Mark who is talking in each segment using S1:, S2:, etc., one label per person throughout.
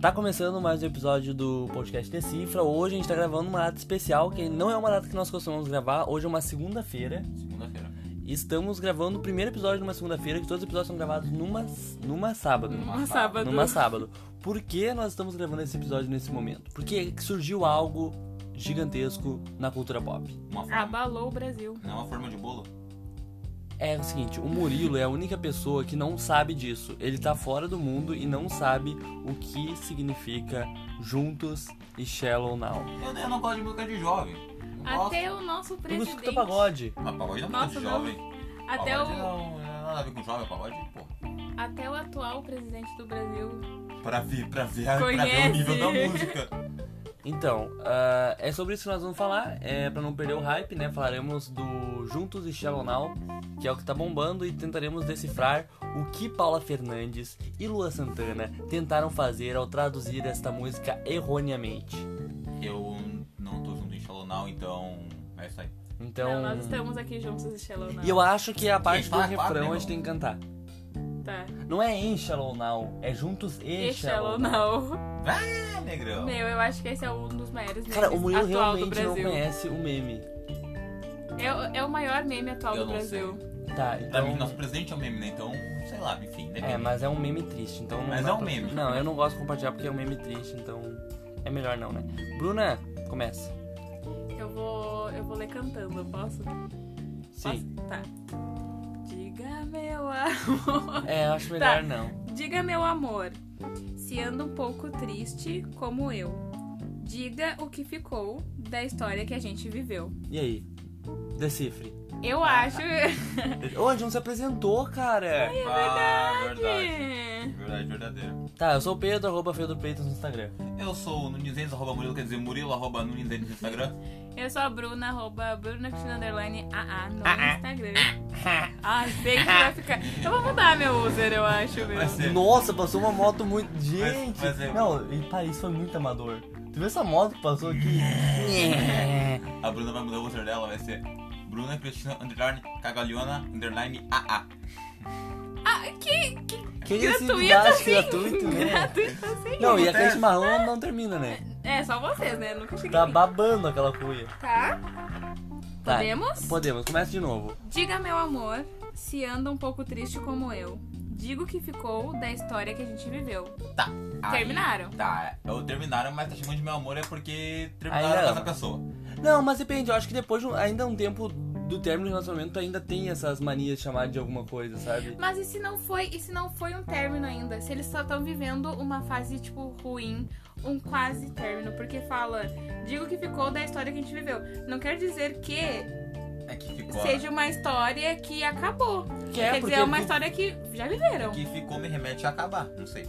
S1: Tá começando mais um episódio do podcast The Cifra. Hoje a gente tá gravando uma data especial, que não é uma data que nós costumamos gravar. Hoje é uma segunda-feira.
S2: Segunda-feira.
S1: E Estamos gravando o primeiro episódio numa segunda-feira, que todos os episódios são gravados numa, numa sábado.
S2: Numa
S3: Um sábado.
S1: Numa sábado. Por que nós estamos gravando esse episódio nesse momento? Porque surgiu algo gigantesco na cultura pop.
S2: Uma forma.
S3: Abalou o Brasil.
S2: Não é uma forma de bolo?
S1: É o seguinte, o Murilo é a única pessoa que não sabe disso. Ele tá fora do mundo e não sabe o que significa juntos e shallow now.
S2: Eu, eu não gosto de música de jovem. Não
S3: Até
S2: gosto.
S3: o nosso
S1: Eu
S3: presidente.
S1: escuta pagode.
S2: Mas pagode não é
S3: Nossa,
S2: música de
S3: não.
S2: jovem.
S3: Até
S2: pagode
S3: o,
S2: Não, não é nada a ver com jovem, pagode, pô.
S3: até o atual presidente do Brasil.
S2: Pra ver, pra ver, pra ver
S3: Conhece.
S2: o nível da música.
S1: Então, ah, é sobre isso que nós vamos falar, é para não perder o hype, né? Falaremos do Juntos e Shallow Now, que é o que tá bombando e tentaremos decifrar o que Paula Fernandes e Lua Santana tentaram fazer ao traduzir esta música erroneamente.
S2: Eu não tô junto em Shallow Now, então. É isso aí.
S1: Então,
S3: Não, nós estamos aqui juntos e Shallow Now.
S1: e eu acho que a parte do
S2: fala quatro,
S1: refrão
S2: né,
S1: a gente
S2: não?
S1: tem que cantar.
S3: Tá.
S1: Não é em Shallow Now, é Juntos e,
S3: E
S1: Shallow
S3: Shallow
S1: Now.
S3: Now.
S2: É, negrão.
S3: Meu, eu acho que esse é um dos maiores memes
S1: Cara, o Murilo
S3: atual do
S1: realmente não
S3: Brasil.
S1: conhece o meme.
S3: é, o- é o maior meme atual
S2: Eu
S3: do
S2: não
S3: Brasil.
S1: Tá,
S2: Pra
S1: então...
S2: mim, nosso presidente é um meme, né? Então, sei lá, enfim, depende.
S1: É, mas é um meme triste, então não
S2: Mas
S1: dá
S2: é um
S1: pra-
S2: meme.
S1: Não, eu não gosto de compartilhar porque é um meme triste, então é melhor não, né? Bruna, começa.
S3: Eu vou, eu vou ler cantando, eu posso?
S1: Sim.
S3: Posso? Tá. Diga, meu amor.
S1: É, eu acho melhor
S3: Tá.
S1: não.
S3: Diga, meu amor, se anda um pouco triste como eu. Diga o que ficou da história que a gente viveu.
S1: E aí? Decifre.
S3: Eu
S1: Ah, tá.
S3: acho.
S1: Ô, a gente não se apresentou, cara.
S2: é verdade. verdade.
S3: É.
S2: Verdade, verdadeira.
S1: Tá, eu sou o Pedro, arroba Feio do Peitos no Instagram.
S2: Eu sou o Nunizentes, arroba Murilo, quer dizer, Murilo, arroba Nunizentes no Instagram.
S3: Eu sou a Bruna, arroba Bruna Cristina Underline AA no
S1: Ah,
S3: Instagram. Ai, sei que vai ficar. Eu vou mudar meu user, eu acho, meu.
S2: Vai ser.
S1: Nossa, passou uma moto muito. Gente!
S2: mas é-
S1: Não, e pá, isso foi muito amador. Tu viu essa moto que passou aqui?
S2: A Bruna vai mudar o user dela, vai ser Bruna Cristina Underline Cagaliona Underline AA.
S3: Ah, que, que
S1: que
S3: gratuito
S1: agressividade
S3: assim.
S1: é gratuito, né?
S3: Gratuito assim.
S1: Não, e a
S2: Acontece.
S1: Crente Marrom não termina, né?
S3: É, só vocês, né? Nunca cheguei.
S1: Tá
S3: em mim.
S1: babando aquela cuia.
S3: Tá?
S1: Tá,
S3: Podemos?
S1: Podemos, começa de novo.
S3: Diga, meu amor, se anda um pouco triste como eu. Digo que ficou da história que a gente viveu.
S2: Tá. Aí-
S3: Terminaram?
S2: Tá, eu terminaram, mas tá chamando de meu amor é porque terminaram
S1: Aí
S2: com
S1: não.
S2: essa pessoa.
S1: Não, mas depende, eu acho que depois, de um- ainda um tempo do término do relacionamento, tu ainda tem essas manias de chamar de alguma coisa, sabe?
S3: Mas e se não foi, e se não foi um término ainda? Se eles só estão vivendo uma fase tipo ruim, um quase término, porque fala, digo que ficou da história que a gente viveu. Não quer dizer que
S2: É que ficou.
S3: seja uma história que acabou.
S1: Que
S3: quer dizer, é uma história que já viveram.
S2: É Que ficou me remete a acabar, não sei.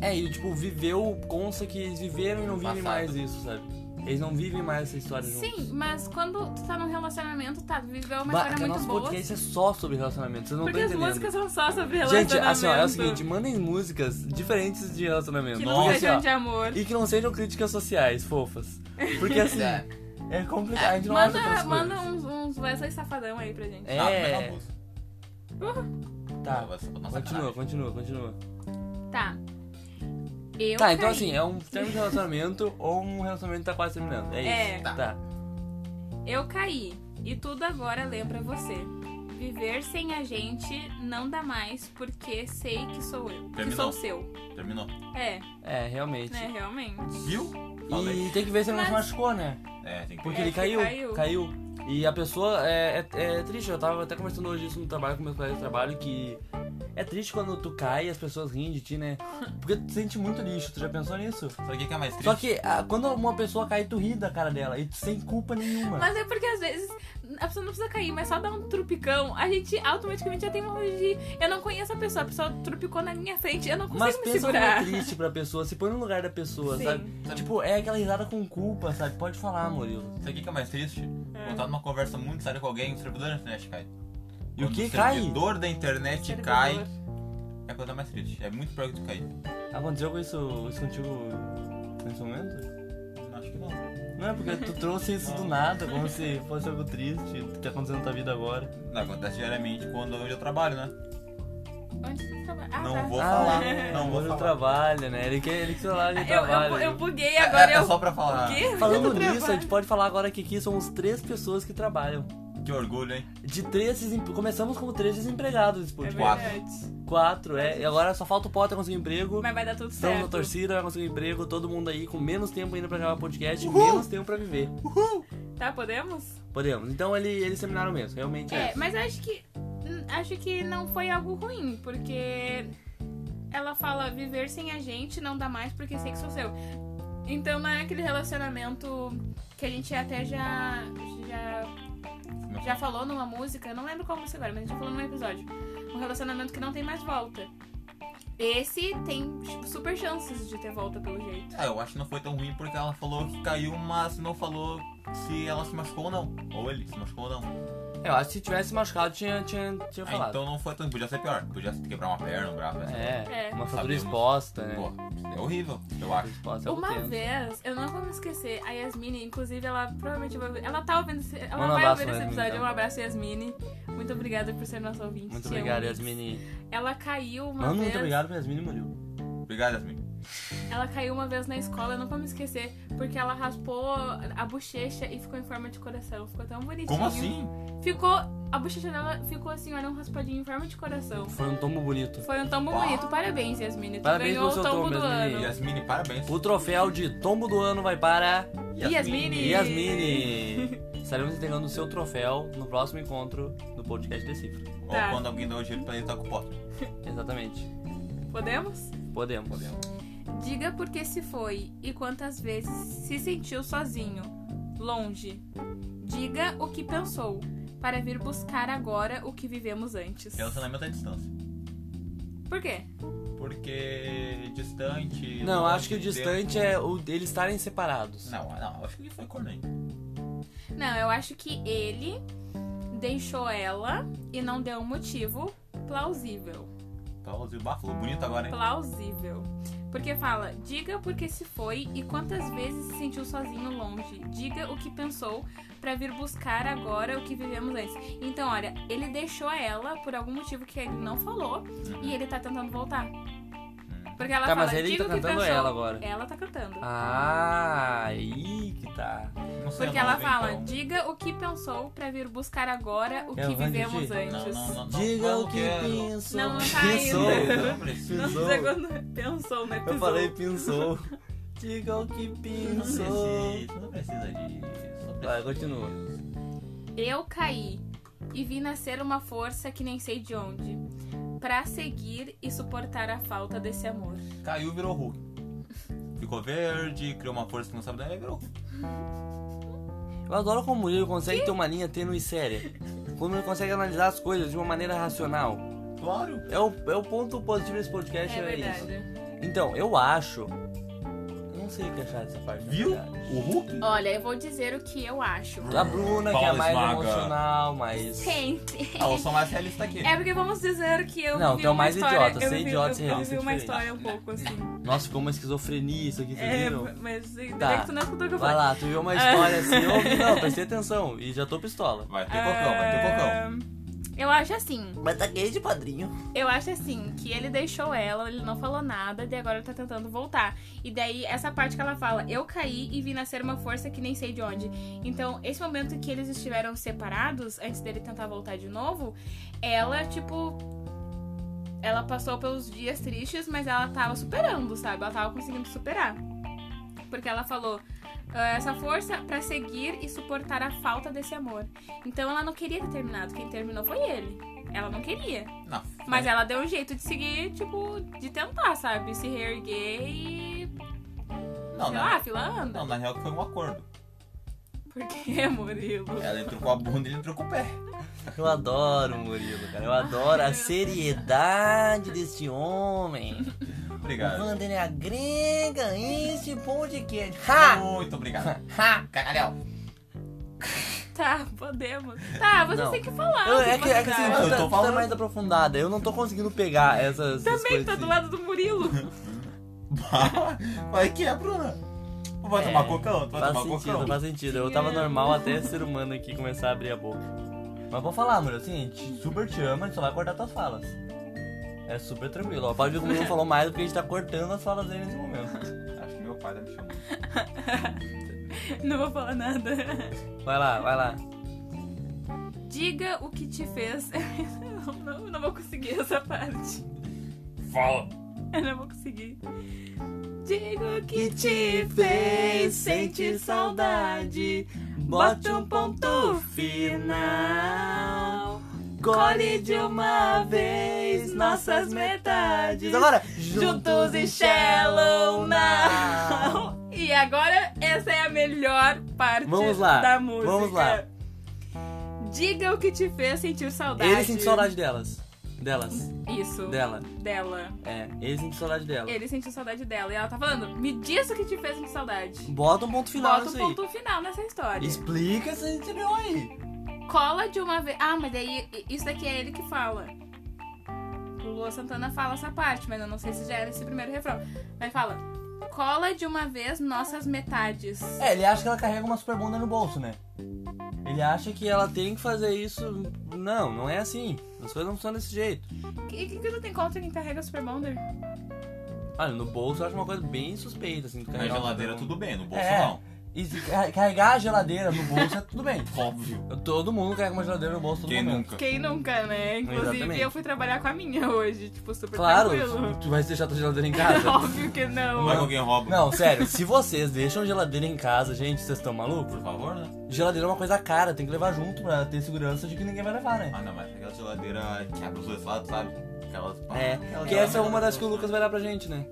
S1: É, e tipo, viveu, consta que eles viveram e não vivem
S2: Passado.
S1: mais isso, sabe? Eles não vivem mais essa história juntos.
S3: Sim, mas quando tu tá num relacionamento, tá, viveu uma
S1: Bah,
S3: história
S1: cara,
S3: muito
S1: nosso
S3: boa.
S1: podcast é só sobre relacionamento, vocês não
S3: Porque
S1: estão
S3: as
S1: entendendo.
S3: músicas são só sobre relacionamento.
S1: Gente, assim, ó, é o seguinte, mandem músicas diferentes de relacionamento.
S3: Que
S1: Porque,
S3: não
S2: Nossa.
S1: assim,
S3: sejam
S1: ó,
S3: de amor.
S1: E que não sejam críticas sociais, fofas. Porque assim,
S2: É.
S1: é complicado, a gente não acha
S3: Manda,
S1: outras
S3: manda
S1: coisas.
S3: uns, uns Wesley Safadão aí pra gente.
S1: É.
S2: Ah, mas é uma música.
S3: um-
S1: Tá,
S2: Nossa, nossa,
S1: continua, continua, continua.
S3: Tá. Eu
S1: Tá, então
S3: caí.
S1: assim, é um termo de relacionamento ou um relacionamento que tá quase terminando. É isso.
S3: É.
S1: Tá.
S3: Eu caí. E tudo agora lembra você. Viver sem a gente não dá mais, porque sei que sou eu. Que
S2: Terminou.
S3: sou seu.
S2: Terminou.
S3: É,
S1: É, realmente.
S3: né, realmente.
S2: Viu? Falei.
S1: E tem que ver se ele não se
S3: Mas-
S1: machucou, né?
S2: É, tem que
S1: Porque
S3: É,
S1: ele
S3: que
S1: caiu, caiu.
S3: caiu.
S1: E a pessoa é, é- é triste. Eu tava até conversando hoje isso no trabalho com meus colegas de trabalho que é triste quando tu cai e as pessoas riem de ti, né? Porque tu sente muito lixo, tu já pensou nisso?
S2: Sabe o que que é mais triste?
S1: Só que ah, quando uma pessoa cai, tu ri da cara dela e tu sem culpa nenhuma.
S3: Mas é porque às vezes a pessoa não precisa cair, mas só dar um trupicão, a gente automaticamente já tem uma de. Eu não conheço a pessoa, a pessoa trupicou na minha frente, eu não consigo
S1: Mas
S3: me
S1: pensa como é
S3: segurar.
S1: triste pra pessoa, se põe no lugar da pessoa,
S3: Sim.
S1: sabe? Tipo, é aquela risada com culpa, sabe? Pode falar, Murilo.
S2: Sabe o que que é mais triste?
S3: É.
S2: Contar numa conversa muito séria com alguém, o servidor da internet cai.
S1: E o
S2: Quando
S1: que
S2: O
S1: cai?
S2: servidor da internet
S3: Servidor.
S2: cai. É a coisa mais triste. É muito pior que tu cair.
S1: Aconteceu com isso, isso contigo nesse momento?
S2: Acho que não.
S1: Não é porque tu trouxe isso do nada, como se fosse algo triste que tá acontecendo na tua vida agora.
S2: Não, acontece diariamente quando eu já trabalho, né?
S3: Antes do trabalho. Ah,
S2: Não
S3: tá.
S2: vou
S1: Ah,
S2: falar,
S1: é.
S2: não vou
S1: Hoje eu
S2: falar.
S1: trabalho, né? Ele quer, ele quer falar de
S3: Eu,
S1: trabalho.
S3: eu, eu buguei
S2: É-
S3: agora.
S2: é,
S3: eu...
S2: só pra falar.
S3: O quê?
S1: Falando
S3: Eu
S1: nisso, a gente
S3: trabalho.
S1: pode falar agora que aqui somos três pessoas que trabalham.
S2: Que orgulho, hein?
S1: De três, desem- começamos como três desempregados, tipo,
S3: É
S1: tipo,
S2: Quatro.
S3: verdade.
S1: quatro, é. E agora só falta o Potter conseguir um emprego.
S3: Mas vai dar tudo
S1: Estamos na
S3: certo.
S1: torcida, vai conseguir um emprego, todo mundo aí com menos tempo ainda pra gravar podcast, menos tempo pra viver.
S3: Tá, podemos?
S1: Podemos. Então ele, eles terminaram mesmo, realmente é.
S3: É, mas eu acho que. hum, Acho que não foi algo ruim, porque ela fala viver sem a gente não dá mais porque sei que sou seu. Então não é aquele relacionamento que a gente até já. já já falou numa música, não lembro qual música agora, mas a gente já falou num episódio. Um relacionamento que não tem mais volta. Esse tem tipo, super chances de ter volta, pelo jeito.
S2: Ah, eu acho que não foi tão ruim porque ela falou que caiu, mas não falou se ela se machucou ou não. Ou ele se machucou ou não.
S1: Eu acho que se tivesse machucado, tinha, tinha, tinha
S2: Ah,
S1: falado.
S2: então não foi tão. Podia ser pior. Podia se quebrar uma perna, um braço. assim.
S1: É,
S3: É.
S1: uma fratura
S2: Sabemos.
S1: exposta, né?
S2: Pô, é horrível, eu acho.
S1: Exposta é o
S3: Uma
S1: tempo.
S3: vez, eu não vou me esquecer, a Yasmine, inclusive, ela provavelmente vai ouvir. Ela tá ouvindo esse, ela
S1: Manda um
S3: vai
S1: abraço
S3: ouvir
S1: pra
S3: esse
S1: Yasmine,
S3: episódio.
S1: então.
S3: Um abraço, Yasmine. Muito obrigada por ser nossa ouvinte.
S1: Muito
S3: Te amo.
S1: obrigado, Yasmini.
S3: Ela caiu uma
S1: Mano,
S3: vez.
S1: muito obrigado pra Yasmini Murilo.
S2: Obrigado, Yasmin.
S3: Ela caiu uma vez na escola, eu não vou me esquecer, porque ela raspou a bochecha e ficou em forma de coração. Ficou tão bonitinho.
S2: Como assim?
S3: Ficou. A bochecha dela ficou assim, olha, um raspadinho em forma de coração.
S1: Foi um tombo bonito.
S3: Foi um tombo
S2: Uau.
S3: bonito. Parabéns, Yasmine. Tu
S1: Parabéns
S3: ganhou o
S1: pelo seu
S3: tombo
S1: tombo,
S3: do
S1: Yasmine.
S3: ano.
S2: Yasmine, parabéns.
S1: O troféu de tombo do ano vai para
S3: Yasmine.
S1: Yasmine. Estaremos entregando o seu troféu no próximo encontro do podcast Decifra.
S2: Ou
S3: Tá.
S2: quando alguém dá o dinheiro pra ele, toca o pote.
S1: Exatamente.
S3: Podemos?
S1: Podemos. Podemos.
S3: Diga por que se foi e quantas vezes se sentiu sozinho, longe. Diga o que pensou, para vir buscar agora o que vivemos antes.
S2: Relacionamento à distância.
S3: Por quê?
S2: Porque distante.
S1: Não,
S2: longe,
S1: acho que o
S2: tempo-
S1: distante é o eles estarem separados.
S2: Não, não, acho que ele foi corno
S3: Não, eu acho que ele deixou ela e não deu um motivo plausível.
S2: Pause Tá, o bafo, bonito agora, hein?
S3: Plausível. Porque fala, diga por que se foi e quantas vezes se sentiu sozinho longe. Diga o que pensou para vir buscar agora o que vivemos antes. Então, olha, ele deixou ela por algum motivo que ele não falou e ele tá tentando voltar. Porque ela
S1: Tá,
S3: fala,
S1: mas ele tá
S3: diga o que
S1: cantando
S3: pensou.
S1: ela agora.
S3: Ela tá cantando.
S1: Ah, aí que tá.
S2: Não sei
S3: Porque
S2: o
S3: ela
S2: nome,
S3: fala,
S2: então.
S3: diga o que pensou para vir buscar agora o
S1: É
S3: que
S1: o Vanity?
S3: vivemos
S2: Não,
S3: antes.
S2: não, não, não,
S1: Diga
S2: não
S1: o que
S2: quero.
S1: pensou.
S3: Não, não tá
S1: pensou.
S3: ainda.
S2: Não preciso.
S3: Não,
S1: Pisou.
S3: segundo- pensou, né?
S1: Eu
S3: Pisou.
S1: falei pensou. Diga o que
S2: Não
S1: pensou.
S2: precisa, não precisa disso. não
S1: Vai,
S2: precisa
S1: continua.
S2: disso.
S3: Eu caí e vi nascer uma força que nem sei de onde, para seguir e suportar a falta desse amor.
S2: Caiu, virou Hulk. Ficou verde, criou uma força que não sabe daí, virou Hulk.
S1: Eu adoro como o Murilo consegue ter uma linha tênue e séria. Como ele consegue analisar as coisas de uma maneira racional.
S2: Claro.
S1: É o, é o ponto positivo desse podcast,
S3: É
S1: é, isso.
S3: verdade.
S1: Então, eu acho. Eu não sei o que achar dessa parte. na
S2: Viu?
S1: verdade.
S2: O Hulk?
S3: Olha, eu vou dizer o que eu acho.
S1: A Bruna, que é
S2: Paula
S1: mais
S2: esmaga.
S1: emocional, mas.
S3: Gente.
S2: Ah, eu sou mais realista aqui.
S3: É porque vamos dizer que eu
S1: Não,
S3: vivi
S1: tu é o
S3: uma
S1: mais
S3: história,
S1: idiota,
S3: eu
S1: ser
S3: vivi,
S1: idiota e
S3: eu
S1: realista
S3: vivi
S1: é
S3: uma
S1: diferente.
S3: história um pouco assim.
S1: Nossa, ficou uma esquizofrenia isso aqui, vocês
S3: É,
S1: viram?
S3: mas daí
S1: Tá.
S3: que tu não escutou o que eu
S1: Vai
S3: falei.
S1: lá, tu viu uma história assim, ouve, não, prestei atenção, e já tô pistola.
S2: Vai ter cocão, vai ter cocão.
S3: Ah, Eu acho assim,
S1: Mas tá gay de padrinho.
S3: Eu acho assim, que ele deixou ela, ele não falou nada, e agora ele tá tentando voltar. E daí, essa parte que ela fala, eu caí e vi nascer uma força que nem sei de onde. Então, esse momento que eles estiveram separados, antes dele tentar voltar de novo, ela, tipo. Ela passou pelos dias tristes, mas ela tava superando, sabe? Ela tava conseguindo superar. Porque ela falou. "Ah, Essa força pra seguir e suportar a falta desse amor. Então ela não queria ter terminado. Quem terminou foi ele. Ela não queria.
S2: Não,
S3: Ah, Mas ela deu um jeito de seguir, tipo, de tentar, sabe? Se reerguer e.
S2: não,
S3: sei
S2: na-
S3: lá, a fila anda.
S2: não, na real que foi um acordo.
S3: Por que, Murilo?
S2: Ela entrou com a bunda e ele entrou com o pé.
S1: Eu adoro o Murilo, cara. Eu adoro a seriedade deste homem.
S2: Obrigado.
S1: Quando ele agrega este podcast. Ha!
S2: Muito obrigado.
S1: Ha!
S2: Cagalhau.
S3: Tá, podemos. Tá, vocês
S1: Não.
S3: têm que falar.
S1: Eu,
S3: o que
S1: é que, é que
S3: vocês
S1: assim,
S2: Eu
S3: acham.
S2: tô
S1: tu tá- tu tá
S2: falando.
S1: mais aprofundada. Eu não tô conseguindo pegar essas, essas
S3: Também tá
S1: coisas
S3: do
S1: assim.
S3: lado do Murilo.
S2: Vai que é, Bruna? Tu vai tomar cocão? Tu vai
S1: É, Faz
S2: tomar
S1: sentido,
S2: cocão?
S1: faz sentido. Eu tava
S3: é?
S1: normal até ser humano aqui começar é a abrir a boca. Mas vou falar, Murilo, assim, a gente super te ama, a gente só vai cortar tuas falas. É super tranquilo. Ó, pode ver como não falou mais porque a gente tá cortando as falas dele nesse momento.
S2: Acho que meu pai tá me chamando.
S3: Não vou falar nada.
S1: Vai lá, vai lá.
S3: Diga o que te fez. Não, não, não vou conseguir essa parte.
S2: Fala!
S3: Eu não vou conseguir. Diga o que te fez sentir saudade. Bota um ponto final. Colhe de uma vez nossas metades.
S1: Agora!
S3: Juntos e Shallow
S2: Ah.
S3: Now. E agora essa é a melhor parte
S1: Vamos lá,
S3: da música.
S1: vamos lá.
S3: Diga o que te fez sentir saudade.
S1: Ele sente saudade delas. Delas.
S3: Isso.
S1: Dela.
S3: Dela.
S1: É, ele sente saudade dela.
S3: Ele sentiu saudade dela. E ela tá falando, me diz o que te fez sentir saudade.
S1: Bota um ponto final
S3: Bota um
S1: nisso
S3: ponto final nessa história.
S1: aí. Explica essa entendeu aí.
S3: Cola de uma vez. Ah, mas daí isso daqui é ele que fala. O Lua Santana fala essa parte, mas eu não sei se já era esse primeiro refrão. Mas fala: Cola de uma vez nossas metades.
S1: É, ele acha que ela carrega uma super bunda no bolso, né? Ele acha que ela tem que fazer isso. Não, não é assim. As coisas não são desse jeito.
S3: O que, que, que tu tem contra quem carrega Super Bonder?
S1: Olha, no bolso eu acho uma coisa bem suspeita, assim. tu
S2: Na
S1: carregar uma
S2: geladeira
S1: super bunda.
S2: tudo bem, no bolso
S1: É.
S2: não.
S1: E se car- carregar a geladeira no bolso é tudo bem.
S2: Óbvio.
S1: Todo mundo carrega uma geladeira no bolso todo
S2: Quem
S1: momento.
S2: nunca?
S3: Quem nunca, né? Inclusive,
S1: Exatamente.
S3: eu fui trabalhar com a minha hoje, tipo, super
S1: Claro,
S3: tranquilo.
S1: tu vai deixar tua geladeira em casa.
S3: Óbvio que não.
S2: Vai é que alguém rouba.
S1: Não, sério, se vocês deixam geladeira em casa, gente, vocês estão malucos?
S2: Por favor, né?
S1: Geladeira é uma coisa cara, tem que levar junto pra ter segurança de que ninguém vai levar, né?
S2: Ah, não, mas aquela geladeira que abre os dois lados, sabe? Aquelas...
S1: É, que essa é uma das
S2: tá
S1: que o
S2: assim.
S1: Lucas vai dar pra gente, né?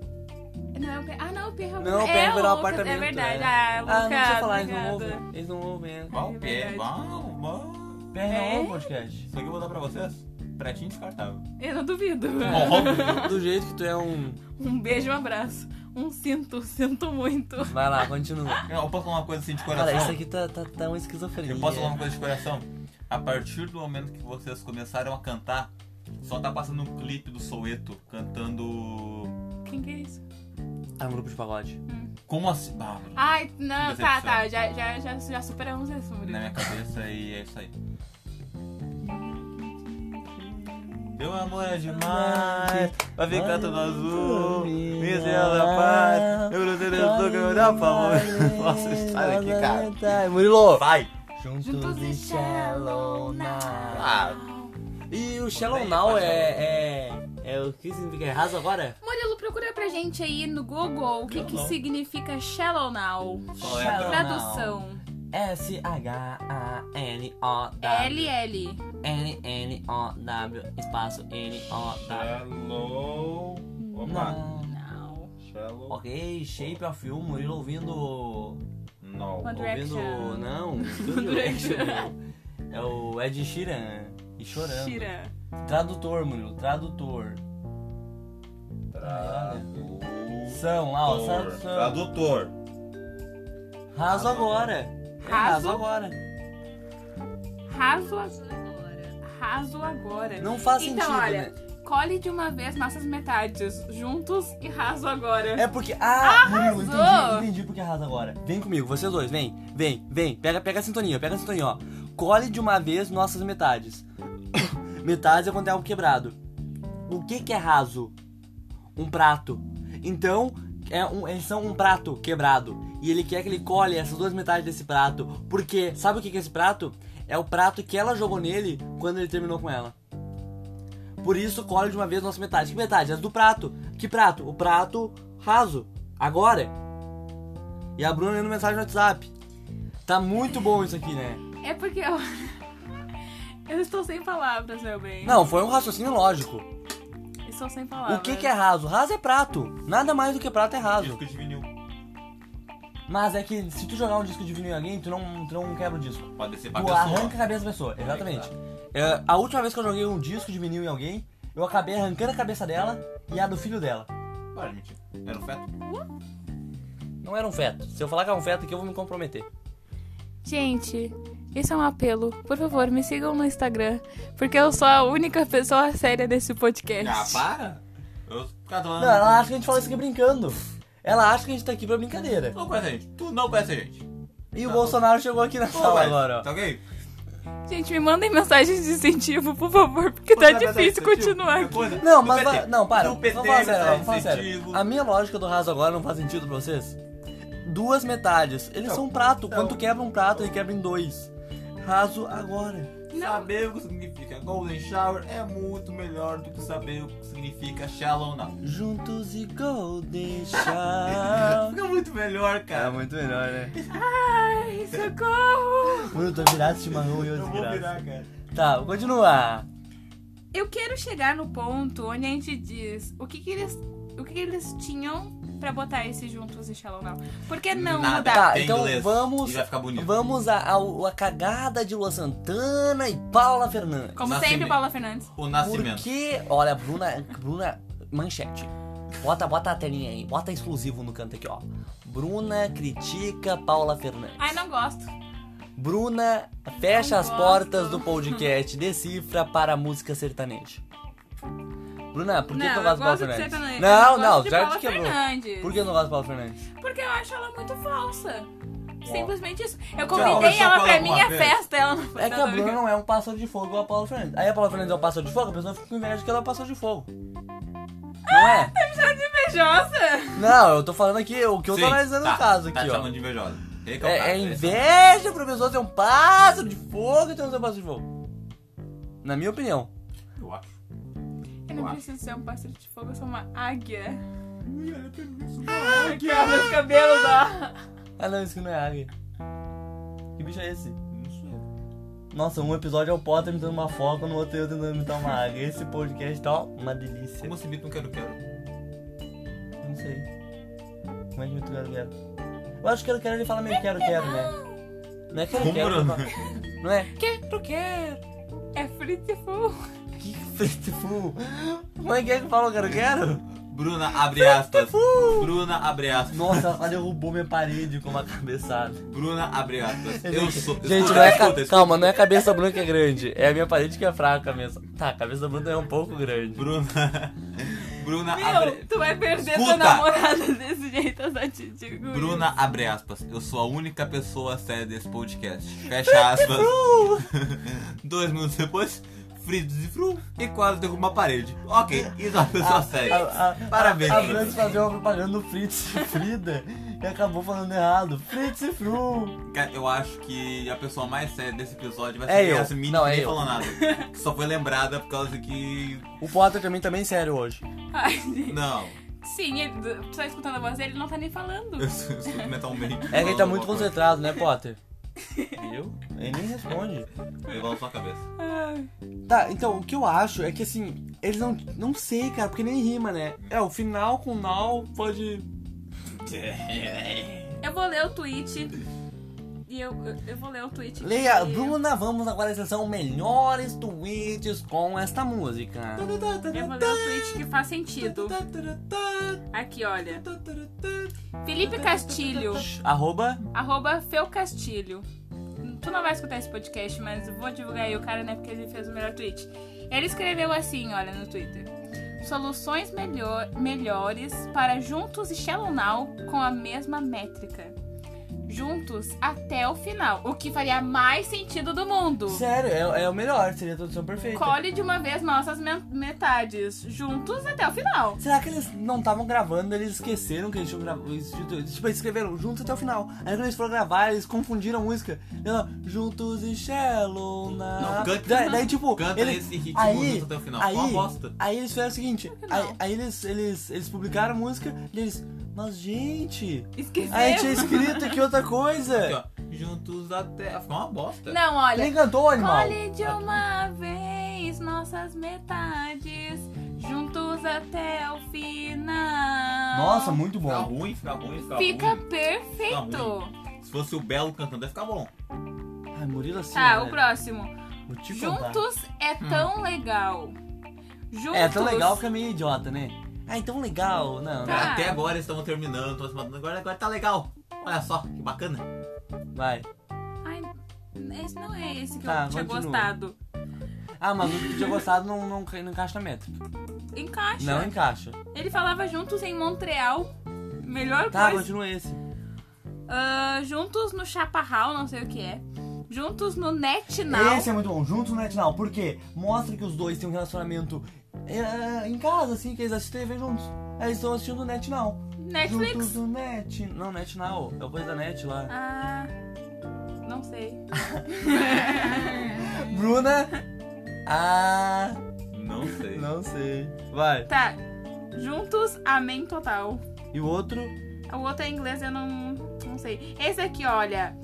S3: Não, é o Perro. Ah, não, o Perro
S1: Não, o
S3: é
S1: Perro vai dar um
S3: Lucas,
S1: apartamento.
S3: É verdade.
S1: é.
S3: Ah, Lucas,
S1: não precisa falar, eles não
S3: obrigada.
S1: ouvem. Eles não ouvem, é.
S2: Qual
S3: É
S2: o pé?
S3: verdade.
S2: Bom, bom.
S1: PR não
S3: É?
S1: ouve podcast.
S2: Isso aqui eu vou dar pra vocês. Pretinho descartável.
S3: Eu não duvido.
S1: É, do jeito que tu é um.
S3: Um beijo, um abraço. Um sinto, sinto muito.
S1: Vai lá, continua.
S2: Não, Eu posso falar uma coisa assim de
S1: Cara, isso
S2: coração?
S1: aqui tá, tá, tá uma esquizofrenia.
S2: Eu posso falar um- uma coisa de coração? A partir do momento que vocês começaram a cantar, só tá passando um clipe do Soweto cantando.
S3: Quem que é isso?
S1: É um grupo de pagode.
S2: Como assim? Bah, mano,
S3: Ai, não, tá,
S2: Decepção.
S3: tá. Já, já, já, já superamos esse
S1: Né?
S2: na minha
S3: Murilo.
S2: cabeça e é isso aí. Meu amor é demais, vai ficar todo tá azul, me da paz, meu Deus é do meu da paz. Nossa, sai daqui, cara.
S1: cara. Murilo!
S2: Vai!
S1: Juntos
S3: Juntos
S1: e
S3: e
S1: Shallow
S3: Shallow
S1: Now.
S2: Ah.
S3: Now.
S1: E o Shallow Now é, é. é o que significa errado agora?
S3: Murilo, procura pra gente aí no Google o que, que
S2: Não.
S3: significa Shallow Now.
S2: Só é
S1: Shallow
S2: pra-
S3: Tradução.
S1: S-H-A-N-O-W.
S3: LL.
S1: N-N-O-W. Espaço N-O-W.
S2: Shallow.
S1: Não.
S3: Now.
S2: Shallow.
S1: Ok, Shape of You, Murilo ouvindo.
S2: Não.
S3: One
S1: Ouvindo.
S3: Direction.
S1: Não, Studio
S3: Direction.
S1: Action. É o Ed Sheeran. E chorando.
S3: Tira.
S1: Tradutor, Murilo, tradutor.
S2: Tradutor.
S1: São, lá, ó, tradução.
S2: Tradutor.
S1: Raso agora. É, raso
S3: Raso?
S1: agora.
S3: Raso, raso agora.
S1: Não faz
S3: Então,
S1: sentido,
S3: olha,
S1: né?
S3: Colhe de uma vez nossas metades, juntos e raso agora.
S1: É porque. Ah, Murilo, entendi,
S3: Arrasou!
S1: entendi porque arrasa agora. Vem comigo, vocês dois, vem, vem, vem. Pega, pega a sintonia, pega a sintonia, ó. Colhe de uma vez nossas metades. metades é quando é algo quebrado. O que que é raso? Um prato. Então, é um- eles são um prato quebrado. E ele quer que ele colhe essas duas metades desse prato. Porque, sabe o que que é esse prato? É o prato que ela jogou nele quando ele terminou com ela. Por isso, colhe de uma vez nossa metade. Que metade? As do prato. Que prato? O prato raso. Agora. E a Bruna lendo mensagem no WhatsApp. Tá muito bom isso aqui, né?
S3: É, porque eu... eu estou sem palavras, meu bem.
S1: Não, foi um raciocínio lógico.
S3: Estou sem
S1: O
S3: palavras.
S1: que, que é raso? Raso é prato. Nada mais do que prato é raso.
S2: Disco de vinil.
S1: Mas é que se tu jogar um disco de vinil em alguém, tu não, tu não quebra o disco.
S2: Pode ser pra
S1: Tu
S2: pessoa.
S1: arranca a cabeça da pessoa, exatamente. É, a última vez que eu joguei um disco de vinil em alguém, eu acabei arrancando a cabeça dela e a do filho dela.
S2: Para, mentira. Era um feto.
S1: Não era um feto. Se eu falar que é um feto aqui, eu vou me comprometer.
S3: Gente, isso é um apelo. Por favor, me sigam no Instagram, porque eu sou a única pessoa séria desse podcast.
S2: Ah, para! Eu ficava falando.
S1: É. Não, ela acha que a gente fala isso aqui brincando. Ela acha que a gente tá aqui pra brincadeira.
S2: Tu não conhece a gente. Tu não conhece a gente.
S1: E o
S2: Tá.
S1: Bolsonaro chegou aqui na
S2: Pô,
S1: sala
S2: mas-
S1: agora, Então ó.
S2: Tá ok?
S3: Gente, me mandem mensagens de incentivo, por favor, porque tá
S2: Mandar mensagem
S3: difícil
S2: pro tio,
S3: continuar aqui.
S2: depois,
S1: Não,
S2: do
S1: mas
S2: PT.
S1: va- não, para.
S2: Do PT,
S1: vamos falar sério,
S2: mensagem
S1: vamos falar
S2: incentivo.
S1: sério. A minha lógica do raso agora não faz sentido pra vocês? Duas metades. Eles
S2: Não,
S1: são um prato.
S2: não.
S1: Quando tu quebra um prato, ele quebra em dois. Raso agora.
S3: Não,
S2: Saber o que significa Golden Shower é muito melhor do que saber o que significa Shallow Now.
S1: Juntos e Golden Shower.
S2: Fica É muito melhor, cara.
S1: muito melhor, né?
S3: ai, socorro!
S1: Mano, eu tô virado chimarrão e eu
S2: Eu vou
S1: É desgraça.
S2: virar, cara.
S1: Tá, continua.
S3: Eu quero chegar no ponto onde a gente diz o que que eles, o que que eles tinham pra botar esse juntos e Shallow Now. Por que não
S2: Nada.
S3: mudar?
S1: Tá,
S2: Tem
S1: então
S2: inglês,
S1: vamos.
S2: e vai ficar bonito.
S1: Vamos a, ao- a cagada de Lua Santana e Paula Fernandes.
S3: Como
S2: Nascimento.
S3: sempre, Paula Fernandes.
S2: O
S1: Porque,
S2: nascimento.
S1: Olha, Bruna, Bruna, manchete. Bota, bota a telinha aí, bota exclusivo no canto aqui, ó. Bruna critica Paula Fernandes.
S3: Ai, não gosto.
S1: Bruna fecha
S3: Não
S1: as
S3: gosto.
S1: portas do podcast Decifra para a música sertaneja. Bruna, por que
S3: não,
S1: tu não
S3: eu
S1: gosta de Paula
S3: gosto de
S1: Fernandes?
S3: sertanejo.
S1: Não,
S3: eu gosto
S1: não,
S3: de
S1: já
S3: Paula
S1: te quebrou.
S3: Fernandes.
S1: Por que eu não gosto de Paula Fernandes?
S3: Porque eu acho ela muito falsa. Simplesmente isso.
S2: Tchau,
S3: Eu convidei
S2: eu só
S3: ela
S2: falo
S3: pra
S2: alguma
S3: minha
S2: vez.
S3: festa, ela não foi
S1: É que a Bruna não é um pássaro de fogo igual a Paula Fernandes. Aí a Paula Fernandes é um pássaro de fogo, a pessoa fica com inveja que ela é um pássaro de fogo. Não é?
S3: invejosa.
S1: Não, eu tô falando aqui, o que eu
S2: Sim,
S1: tô analisando
S2: tá,
S1: no caso
S2: Tá
S1: aqui,
S2: te
S1: ó.
S2: chamando de invejosa. Recalcado,
S1: É, é
S2: né?
S1: inveja pro pessoal ser um pássaro de fogo e ter um pássaro de fogo. Na minha opinião.
S2: Eu acho.
S3: Eu não
S2: Uau.
S3: preciso ser um pássaro de fogo, eu sou uma águia. Porque olha meus cabelos, ó.
S1: Ah não, isso que não é águia. Que bicho é esse? Nossa, um episódio é o Potter imitando uma foca, no outro eu tentando imitar uma águia. Esse podcast tá ó, uma delícia.
S2: Como se imita um quero-quero?
S1: Não sei. Como é que imita o quero quero? Eu acho que quero quero ele fala meio quero quero, né? Não é quero quero.
S2: Bruno?
S1: ele fala- Não é?
S3: Quero, quero. É fruitful.
S1: Que festival? Como é que é que fala o quero quero?
S2: Bruna abre aspas. Bruna abre aspas.
S1: Nossa, ela derrubou minha parede com uma cabeçada.
S2: Bruna abre aspas. Eu sou.
S1: Gente,
S2: escuta,
S1: não é ca-
S2: escuta, escuta.
S1: calma, não é a cabeça branca que é grande, é a minha parede que é fraca mesmo. Tá, a cabeça branca é um pouco grande.
S2: Bruna. Bruna abre.
S3: Meu, tu vai perder
S2: Escuta.
S3: tua namorada desse jeito, eu só te digo
S2: Bruna abre aspas. Eu sou a única pessoa séria desse podcast. Fecha aspas. Dois minutos depois, Fritz e Fru e quase derruba uma parede. Ok, isso é uma pessoa séria.
S1: A, a,
S2: Parabéns,
S1: a
S2: Bruna.
S1: Branca fazia uma propaganda do Fritz e Frida e acabou falando errado. Fritz e Fru.
S2: Cara, Eu acho que a pessoa mais séria desse episódio vai
S1: É
S2: ser
S1: eu.
S2: essa menina
S1: Não,
S2: que
S1: é
S2: nem
S1: eu.
S2: falou nada. Que só foi lembrada por causa que.
S1: O Potter também também é sério hoje.
S3: isso. Ai, gente.
S2: Não.
S3: Sim, ele, tu tá escutando a voz dele, ele não tá nem falando.
S2: Eu sou- eu sou mentalmente.
S1: É que ele tá muito concentrado,
S2: concentrado.
S1: né, Potter? Eu? Ele nem responde.
S2: Levou sua cabeça.
S3: Ai.
S1: Tá, então o que eu acho é que assim, eles não. Não sei, cara, porque nem rima, né? É, o final com now pode.
S3: Eu vou ler o tweet. E eu, eu, eu vou ler o tweet.
S1: Leia,
S3: que-
S1: Bruna, vamos agora à sessão melhores tweets com esta música.
S3: Eu vou ler o tweet que faz sentido. Aqui, olha. Felipe Castilho,
S1: Arroba.
S3: arroba Feu Castilho. Tu não vai escutar esse podcast, mas eu vou divulgar aí o cara, né? Porque ele fez o melhor tweet. Ele escreveu assim, olha, no Twitter. Soluções melhor, melhores para Juntos e Shallow Now com a mesma métrica. Juntos até o final. O que faria mais sentido do mundo.
S1: Sério, é, é o melhor, seria a tradução perfeita.
S3: Colhe de uma vez nossas men- metades. Juntos até o final.
S1: Será que eles não estavam gravando, eles esqueceram que eles tinham gravado? eles- Tipo, eles escreveram juntos até o final. Aí quando eles foram gravar, eles confundiram a música. Eles falaram, juntos e Shallow na...
S2: Não, canta-
S1: daí, daí, tipo,
S2: Canta
S1: ele-
S2: esse ritmo
S1: aí,
S2: junto até o final.
S1: aí,
S2: Uma bosta.
S1: aí eles fizeram o seguinte,
S3: que não?
S1: aí, aí eles, eles, eles publicaram a música e eles... Mas, gente...
S3: Esqueceu?
S1: Aí tinha escrito aqui outra
S2: Aqui,
S1: coisa.
S2: ó. Juntos até. Ficou uma bosta.
S3: Não,
S1: Ele
S3: olha.
S1: encantou, animal.
S3: Colhe de uma vez nossas metades, juntos até o final.
S1: Nossa, muito bom.
S2: Fica ruim, fica ruim, fica,
S3: Fica
S2: ruim.
S3: perfeito.
S2: Se fosse o Belo cantando, ia ficar bom.
S1: Ai, Murilo, assim,
S3: Tá, o
S1: né?
S3: próximo.
S1: Vou te contar.
S3: Juntos é tão legal. Juntos.
S1: É, tão legal fica meio idiota, né? Ah, então legal. Não,
S3: Tá.
S1: não.
S2: Até agora eles estavam terminando, estão se matando. Agora, agora tá legal. Olha só, que bacana.
S1: Vai.
S3: Ai, esse não é esse que
S1: Tá,
S3: eu tinha
S1: continua.
S3: gostado.
S1: Ah, mas o que eu tinha gostado não, não, ca- não encaixa na métrica.
S3: Encaixa.
S1: Não encaixa.
S3: Ele falava juntos em Montreal. Melhor
S1: Tá,
S3: coisa.
S1: continua esse.
S3: Ah, juntos no Chaparral, não sei o que é. Juntos no NetNow.
S1: Esse é muito bom, juntos no NetNow. Por quê? Mostra que os dois têm um relacionamento é, em casa, assim, que eles assistem TV juntos. Aí eles estão assistindo o NetNow. Juntos
S3: Netflix.
S1: no Net. Não, NetNow. É o coisa da Net lá.
S3: Ah. Não sei.
S1: Bruna. Ah.
S2: Não sei.
S1: Não sei. Vai.
S3: Tá. Juntos, amém total.
S1: E o outro?
S3: O outro é em inglês, eu não, não sei. Esse aqui, olha.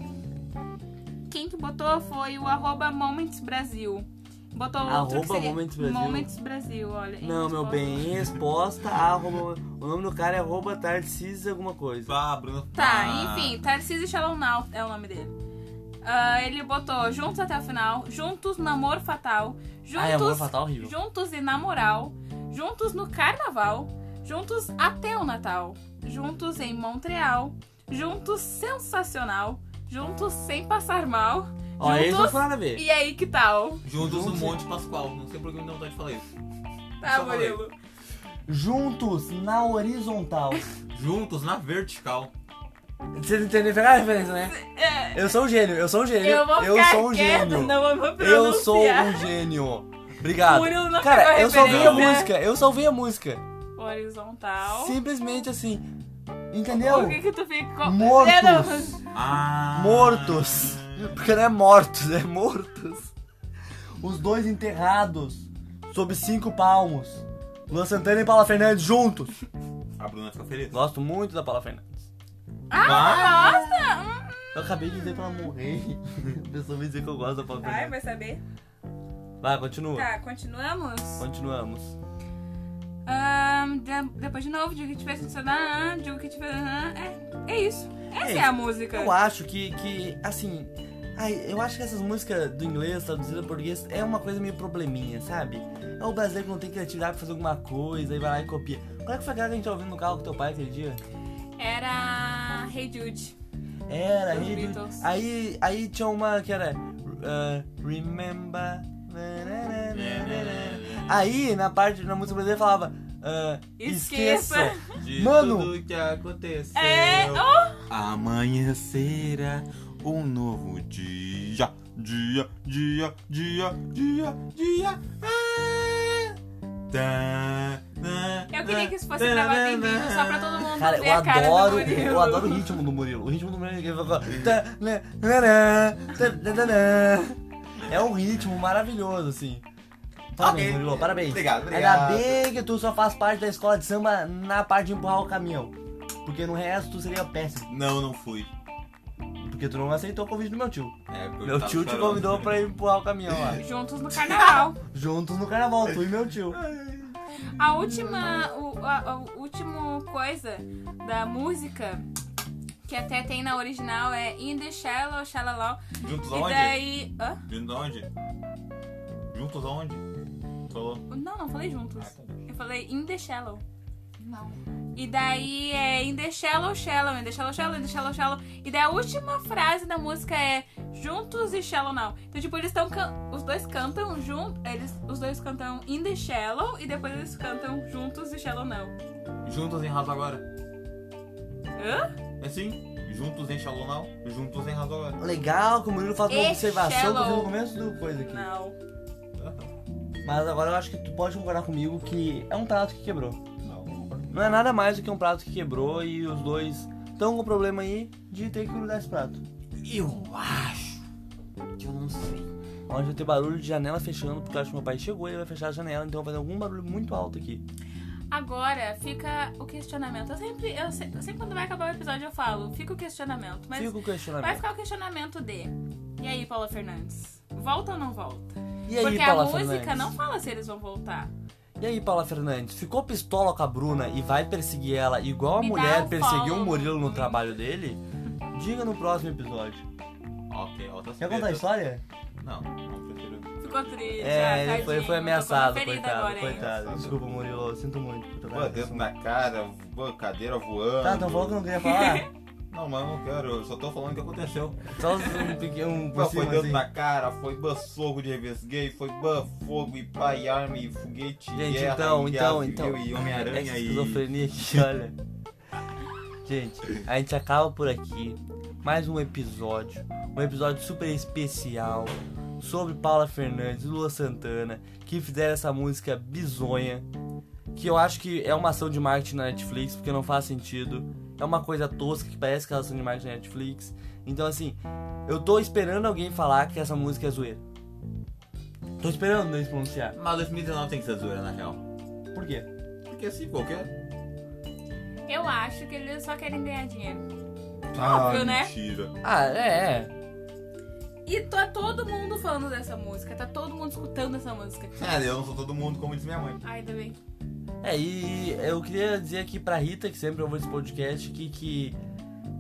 S3: Quem que botou foi o arroba Moments Brasil. Botou outro que
S1: Arroba
S3: seria
S1: Moments Brasil?
S3: Moments Brasil, olha. em
S1: Não, meu
S3: resposta.
S1: bem, em resposta, arroba, o nome do cara é arroba Tarcísio alguma coisa.
S2: Pá, Bruno.
S3: Tá,
S1: Ah.
S2: pá.
S3: enfim, Tarcísio Shalonau é o nome dele. Ah, ele botou Juntos até o final, Juntos Namoro Fatal, Juntos,
S1: Ah, é amor fatal horrível.
S3: juntos e Namoral, Juntos no Carnaval, Juntos até o Natal, Juntos em Montreal, Juntos Sensacional, Juntos sem passar mal,
S1: Ó, eles não
S3: juntos
S1: foi nada a ver.
S3: e aí que tal?
S2: Juntos no
S1: Juntos.
S2: Monte Pascoal. Não sei por que me deu vontade de falar isso.
S3: Tá,
S2: Só falei.
S3: Murilo.
S1: Juntos na horizontal.
S2: Juntos na vertical.
S1: Vocês entenderam pegar a referência, né?
S3: É,
S1: Eu sou um gênio, eu sou um gênio.
S3: eu vou
S1: eu
S3: ficar
S1: sou um
S3: quieto,
S1: gênio.
S3: não vou pronunciar.
S1: eu sou um gênio. Obrigado.
S3: Murilo não
S1: Cara,
S3: pegou
S1: eu só vi a
S2: referência.
S1: música, eu só vi a música.
S3: Horizontal.
S1: Simplesmente assim.
S3: Por
S1: Entendeu?
S3: que que tu ficou...
S1: Mortos.
S3: É, não.
S2: Ah.
S1: Mortos. Porque não é mortos, é mortos. Os dois enterrados. Sob cinco palmos. Luan Santana e Paula Fernandes juntos.
S2: A Bruna fica feliz.
S1: Gosto muito da Paula Fernandes.
S2: Ah,
S3: Nossa! hum.
S1: Eu acabei de dizer pra ela morrer. A pessoa me dizer que eu gosto da Paula
S3: Ai,
S1: Fernandes.
S3: vai saber.
S1: Vai, continua.
S3: Tá, continuamos?
S1: Continuamos.
S3: Ahn, de- depois de novo, digo que te fez funcionar, digo que te fez... É, é isso. Essa
S1: É
S3: é, a música.
S1: Eu acho que, que assim. Ai, eu acho que essas músicas do inglês traduzidas para português é uma coisa meio probleminha, sabe? É o brasileiro que não tem criatividade pra fazer alguma coisa e vai lá e copia. Qual é que foi aquela que a gente tá ouvindo no carro com teu pai aquele dia?
S3: Era Hey Jude.
S1: Era,
S3: Os
S1: aí,
S3: Beatles.
S1: aí, aí tinha uma que era uh, Remember. na, na, na, na, na. Aí na parte na música brasileira falava uh,
S3: Esqueça.
S1: Esqueça.
S2: De
S1: Mano.
S2: tudo que aconteceu.
S3: É,
S2: Amanhecerá um novo dia. Dia, dia, dia, dia, dia. Ah. Tá, né,
S3: Eu queria
S2: né,
S3: que isso fosse
S2: né,
S3: gravado em
S2: né,
S3: vídeo, só pra todo mundo
S1: Cara,
S3: ver
S1: eu
S3: a cara
S1: adoro,
S3: do Murilo.
S1: eu adoro o ritmo do Murilo. O ritmo do Murilo. que ele fala, tá, né, né, né, tá, né, né, né. É um ritmo maravilhoso, assim. Parabéns,
S2: Ok.
S1: Murilo, parabéns.
S2: Obrigado,
S1: Ainda
S2: obrigado.
S1: bem que tu só faz parte da escola de samba na parte de empurrar o caminhão. Porque no resto tu seria péssimo.
S2: Não, não fui.
S1: Porque tu não aceitou o convite do meu tio.
S2: É, porque eu
S1: Meu
S2: tava
S1: tio te
S2: chorando.
S1: convidou pra ir empurrar o caminhão lá.
S3: Juntos no carnaval.
S1: Juntos no carnaval, tu e meu tio.
S3: A última, o, a, a última coisa da música que até tem na original é In the Shallow, Shallow.
S2: Juntos
S3: E
S2: aonde?
S3: daí. Hã?
S2: Juntos aonde? Juntos aonde? Falou.
S3: Não, não falei juntos.
S2: Ah, tá.
S3: Eu falei In the Shallow.
S4: Não.
S3: E daí é In the Shallow, Shallow, In the Shallow, Shallow, In the Shallow, Shallow. E daí a última frase da música é Juntos e Shallow Now. Então, tipo, eles estão. Os dois cantam juntos. Eles, os dois cantam In the Shallow e depois eles cantam Juntos e Shallow Now.
S2: Juntos em Raso Agora.
S3: Hã?
S2: É sim. Juntos em Shalonal. Juntos em Raso Agora.
S1: Legal que o Murilo faz uma
S3: E
S1: observação que eu fiz
S3: shallow.
S1: no começo do coisa aqui.
S3: Não.
S2: Ah, tá.
S1: Mas agora eu acho que tu pode concordar comigo que é um prato que quebrou.
S2: Não, não concordo.
S1: Não é nada mais do que um prato que quebrou e os dois estão com o problema aí de ter que mudar esse prato.
S2: Eu acho que eu não sei.
S1: Onde vai ter barulho de janela fechando, porque eu acho que meu pai chegou e ele vai fechar a janela, então vai fazer algum barulho muito alto aqui.
S3: Agora fica o questionamento. Eu sempre, eu se- eu sempre quando vai acabar o episódio eu falo, fica o questionamento. Mas
S1: Fica o
S3: vai
S1: questionamento.
S3: ficar o questionamento de. E aí, Paula Fernandes? Volta ou não volta?
S1: E aí,
S3: Porque
S1: Paula
S3: a música
S1: Fernandes?
S3: não fala se eles vão voltar.
S1: E aí, Paula Fernandes, ficou pistola com a Bruna e vai perseguir ela igual a
S3: Me dá
S1: mulher
S3: um
S1: perseguiu
S3: follow.
S1: o Murilo no trabalho dele? Diga no próximo episódio.
S2: Ok, outras
S1: Quer contar a
S2: tretas.
S1: história?
S2: Não, não prefiro.
S3: Ficou triste. ah,
S1: É, ele foi,
S3: tadinho,
S1: foi
S3: tô
S1: ameaçado,
S3: com uma ferida
S1: coitado,
S3: agora, hein?
S1: coitado. Desculpa, Murilo, eu sinto muito. por tocar
S2: Pô,
S1: nesse
S2: dedo na cara, pô, cadeira voando.
S1: Tá, então falou que eu não queria falar?
S2: Não, mas eu não quero, eu só tô falando o que aconteceu.
S1: Só um pequeno um por
S2: Pô, foi
S1: cima,
S2: dedo
S1: assim.
S2: na cara, foi ban soco de revesguei, foi ban fogo e pá e arma e foguete e
S1: Gente,
S2: guerra,
S1: então,
S2: e
S1: então,
S2: guerra
S1: então.
S2: civil E Homem-Aranha
S1: Essa
S2: e...
S1: esquizofrenia aqui, olha. Gente, a gente acaba por aqui. mais um episódio, um episódio super especial sobre Paula Fernandes e Lua Santana, que fizeram essa música bizonha, que eu acho que é uma ação de marketing na Netflix, porque não faz sentido. É uma coisa tosca que parece que é uma ação de marketing na Netflix. Então assim, eu tô esperando alguém falar que essa música é zoeira. Tô esperando eles pronunciar.
S2: Mas 2019 tem que ser zoeira, na real.
S1: Por quê?
S2: Porque assim, qualquer.
S3: Eu acho que eles só querem ganhar dinheiro. Óbvio, né?
S2: Mentira.
S1: Ah, é, é.
S3: E tá todo mundo falando dessa música, tá todo mundo escutando essa música.
S2: Cara, É, eu não sou todo mundo, como diz minha mãe.
S3: Ai, também.
S1: É, e eu queria dizer aqui pra Rita, que sempre ouve esse podcast, que, que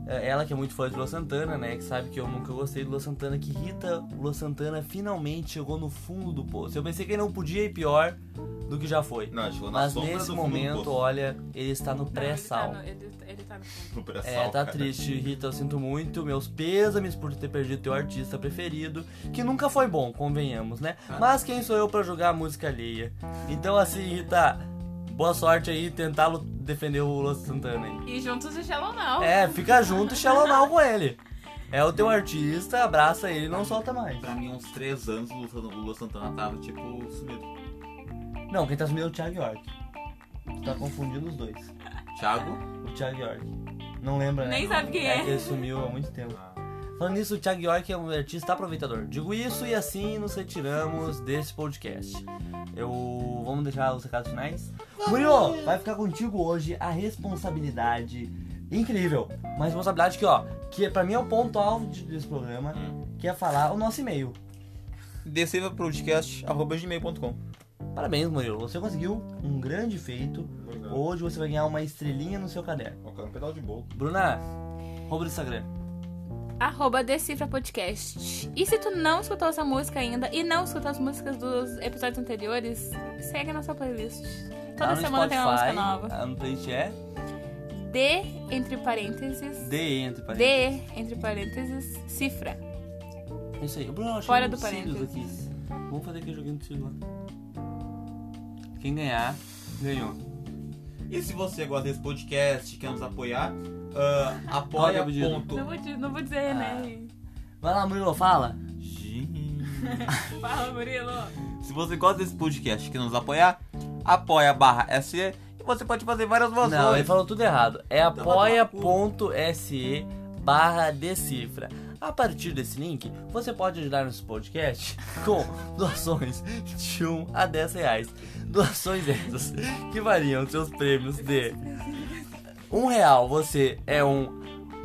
S1: é, ela que é muito fã de Lua Santana, né? Que sabe que eu nunca gostei de Lua Santana, que Rita Lua Santana finalmente chegou no fundo do poço. Eu pensei que ele não podia ir pior do que já foi.
S2: Não, chegou na
S1: Mas
S2: sombra do
S1: nesse
S2: fundo do
S1: momento,
S2: poço.
S1: olha, ele está no
S3: Não, ele tá
S1: pré-sal.
S3: no- Ele ele tá no.
S2: No pré-sal,
S1: É, tá
S2: cara.
S1: triste, Rita, eu sinto muito. Meus pêsames por ter perdido teu artista preferido, que nunca foi bom, convenhamos, né? Mas quem sou eu pra julgar a música alheia? Então, assim, Rita, boa sorte aí tentar lu- defender o Lua Santana aí.
S3: E juntos o Shallow Now.
S1: É, fica junto e xalonal com ele. É o teu artista, abraça ele e não solta mais.
S2: Pra mim, uns 3 anos, o Lula, o Lula Santana tava, tipo, sumido.
S1: Não, quem tá sumindo é o Thiago York. Tu tá confundindo os dois.
S2: Thiago?
S1: O Thiago York. Não lembra, né?
S3: Nem sabe quem é.
S1: Ele sumiu há muito tempo.
S2: Ah,
S1: Falando nisso, o Thiago York é um artista aproveitador. Digo isso e assim nos retiramos desse podcast. Eu. Vamos deixar os recados finais? Murilo, vai ficar contigo hoje a responsabilidade incrível. Uma responsabilidade que, ó, que pra mim é o ponto-alvo de- desse programa, que é falar o nosso e-mail.
S2: Decevapodcast.gmail.com
S1: Parabéns, Murilo. Você conseguiu um grande feito.
S2: Hum.
S1: Hoje você vai ganhar uma estrelinha no seu caderno.
S2: Colocando um pedal de bolo.
S1: Bruna, rouba do Instagram.
S3: Arroba Decifra Podcast. E se tu não escutou essa música ainda e não escutou as músicas dos episódios anteriores, segue a nossa playlist. Toda
S1: Tá no
S3: semana tem uma música
S1: Spotify,
S3: nova.
S1: A no playlist é
S3: D entre parênteses.
S1: D entre parênteses.
S3: D entre parênteses. Cifra.
S1: É isso aí. Bruno, eu achei
S3: Fora
S1: uns
S3: do
S1: cílios
S3: parênteses.
S1: aqui. Vamos fazer aquele joguinho do cílio lá. Quem ganhar, ganhou.
S2: E se você gosta desse podcast e quer nos apoiar, ah, apoia.
S1: Olha, pedido.
S2: ponto.
S3: Não vou, di- não vou dizer, né?
S1: Vai lá, Murilo, fala.
S2: Gente.
S1: Ah.
S3: Fala, Murilo.
S2: Se você gosta desse podcast e quer nos apoiar, apoia barra SE e você pode fazer várias doações.
S1: Não, ele falou tudo errado. É
S2: Então vai tomar
S1: apoia.se barra decifra. A partir desse link, você pode ajudar nosso podcast com doações de 1 a 10 reais. Doações essas que variam seus prêmios de um real você é um,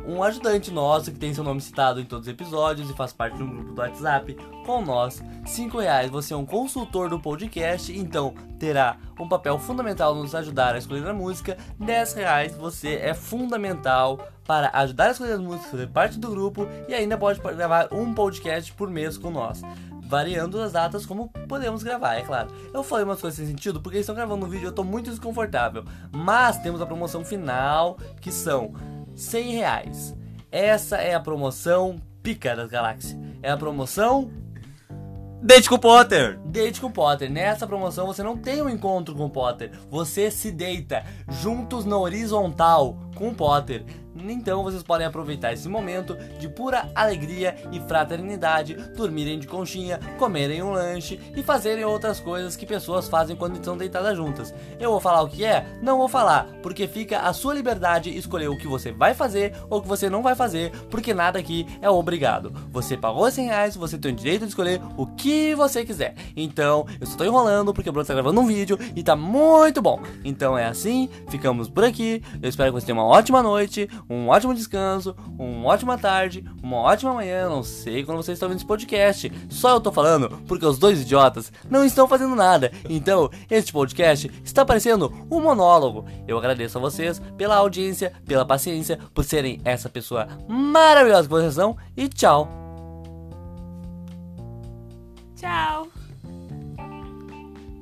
S1: um ajudante nosso que tem seu nome citado em todos os episódios e faz parte de um grupo do WhatsApp com nós. Cinco reais você é um consultor do podcast, então terá um papel fundamental nos ajudar a escolher a música. Dez reais você é fundamental para ajudar a escolher as músicas, fazer parte do grupo e ainda pode gravar um podcast por mês com nós. Variando as datas como podemos gravar, é claro. Eu falei umas coisas sem sentido porque eles estão gravando um vídeo e eu tô muito desconfortável. Mas temos a promoção final, que são 100 reais. Essa é a promoção pica das galáxias. É a promoção
S2: Date com o Potter!
S1: Date com o Potter. Nessa promoção você não tem um encontro com o Potter. Você se deita juntos na horizontal com o Potter. Então vocês podem aproveitar esse momento de pura alegria e fraternidade, dormirem de conchinha, comerem um lanche e fazerem outras coisas que pessoas fazem quando estão deitadas juntas. Eu vou falar o que é? Não vou falar, porque fica a sua liberdade escolher o que você vai fazer ou o que você não vai fazer, porque nada aqui é obrigado. Você pagou 100 reais, você tem o direito de escolher o que você quiser. Então, eu só tô enrolando porque o Bruno tá gravando um vídeo e tá muito bom. Então é assim, ficamos por aqui. Eu espero que você tenha uma ótima noite, um ótimo descanso, uma ótima tarde, uma ótima manhã. Não sei quando vocês estão ouvindo esse podcast. Só eu tô falando porque os dois idiotas não estão fazendo nada. Então, este podcast está parecendo um monólogo. Eu agradeço a vocês pela audiência, pela paciência, por serem essa pessoa maravilhosa que vocês são e tchau.
S3: Tchau.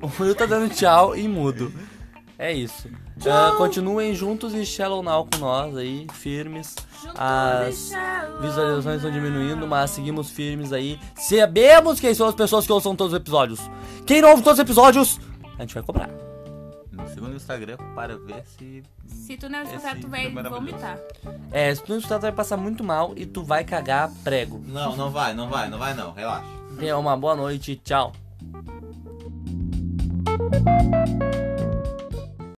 S1: O Will tá dando tchau e mudo. É isso. Ah, continuem juntos e Shallow Now com nós aí, firmes.
S3: Juntos
S1: As
S3: e Shallow
S1: visualizações estão
S3: Now.
S1: diminuindo, mas seguimos firmes aí. Sabemos quem são as pessoas que ouçam todos os episódios. Quem não ouve todos os episódios, a gente vai cobrar.
S2: Nos siga no Instagram para ver se.
S3: Se tu não escutar,
S2: Esse
S3: tu vai
S2: filme é maravilhoso.
S3: vomitar.
S1: É, se tu não escutar, tu vai passar muito mal e tu vai cagar prego.
S2: Não, não vai, não vai, não vai não, relaxa.
S1: Tenha uma boa noite, tchau.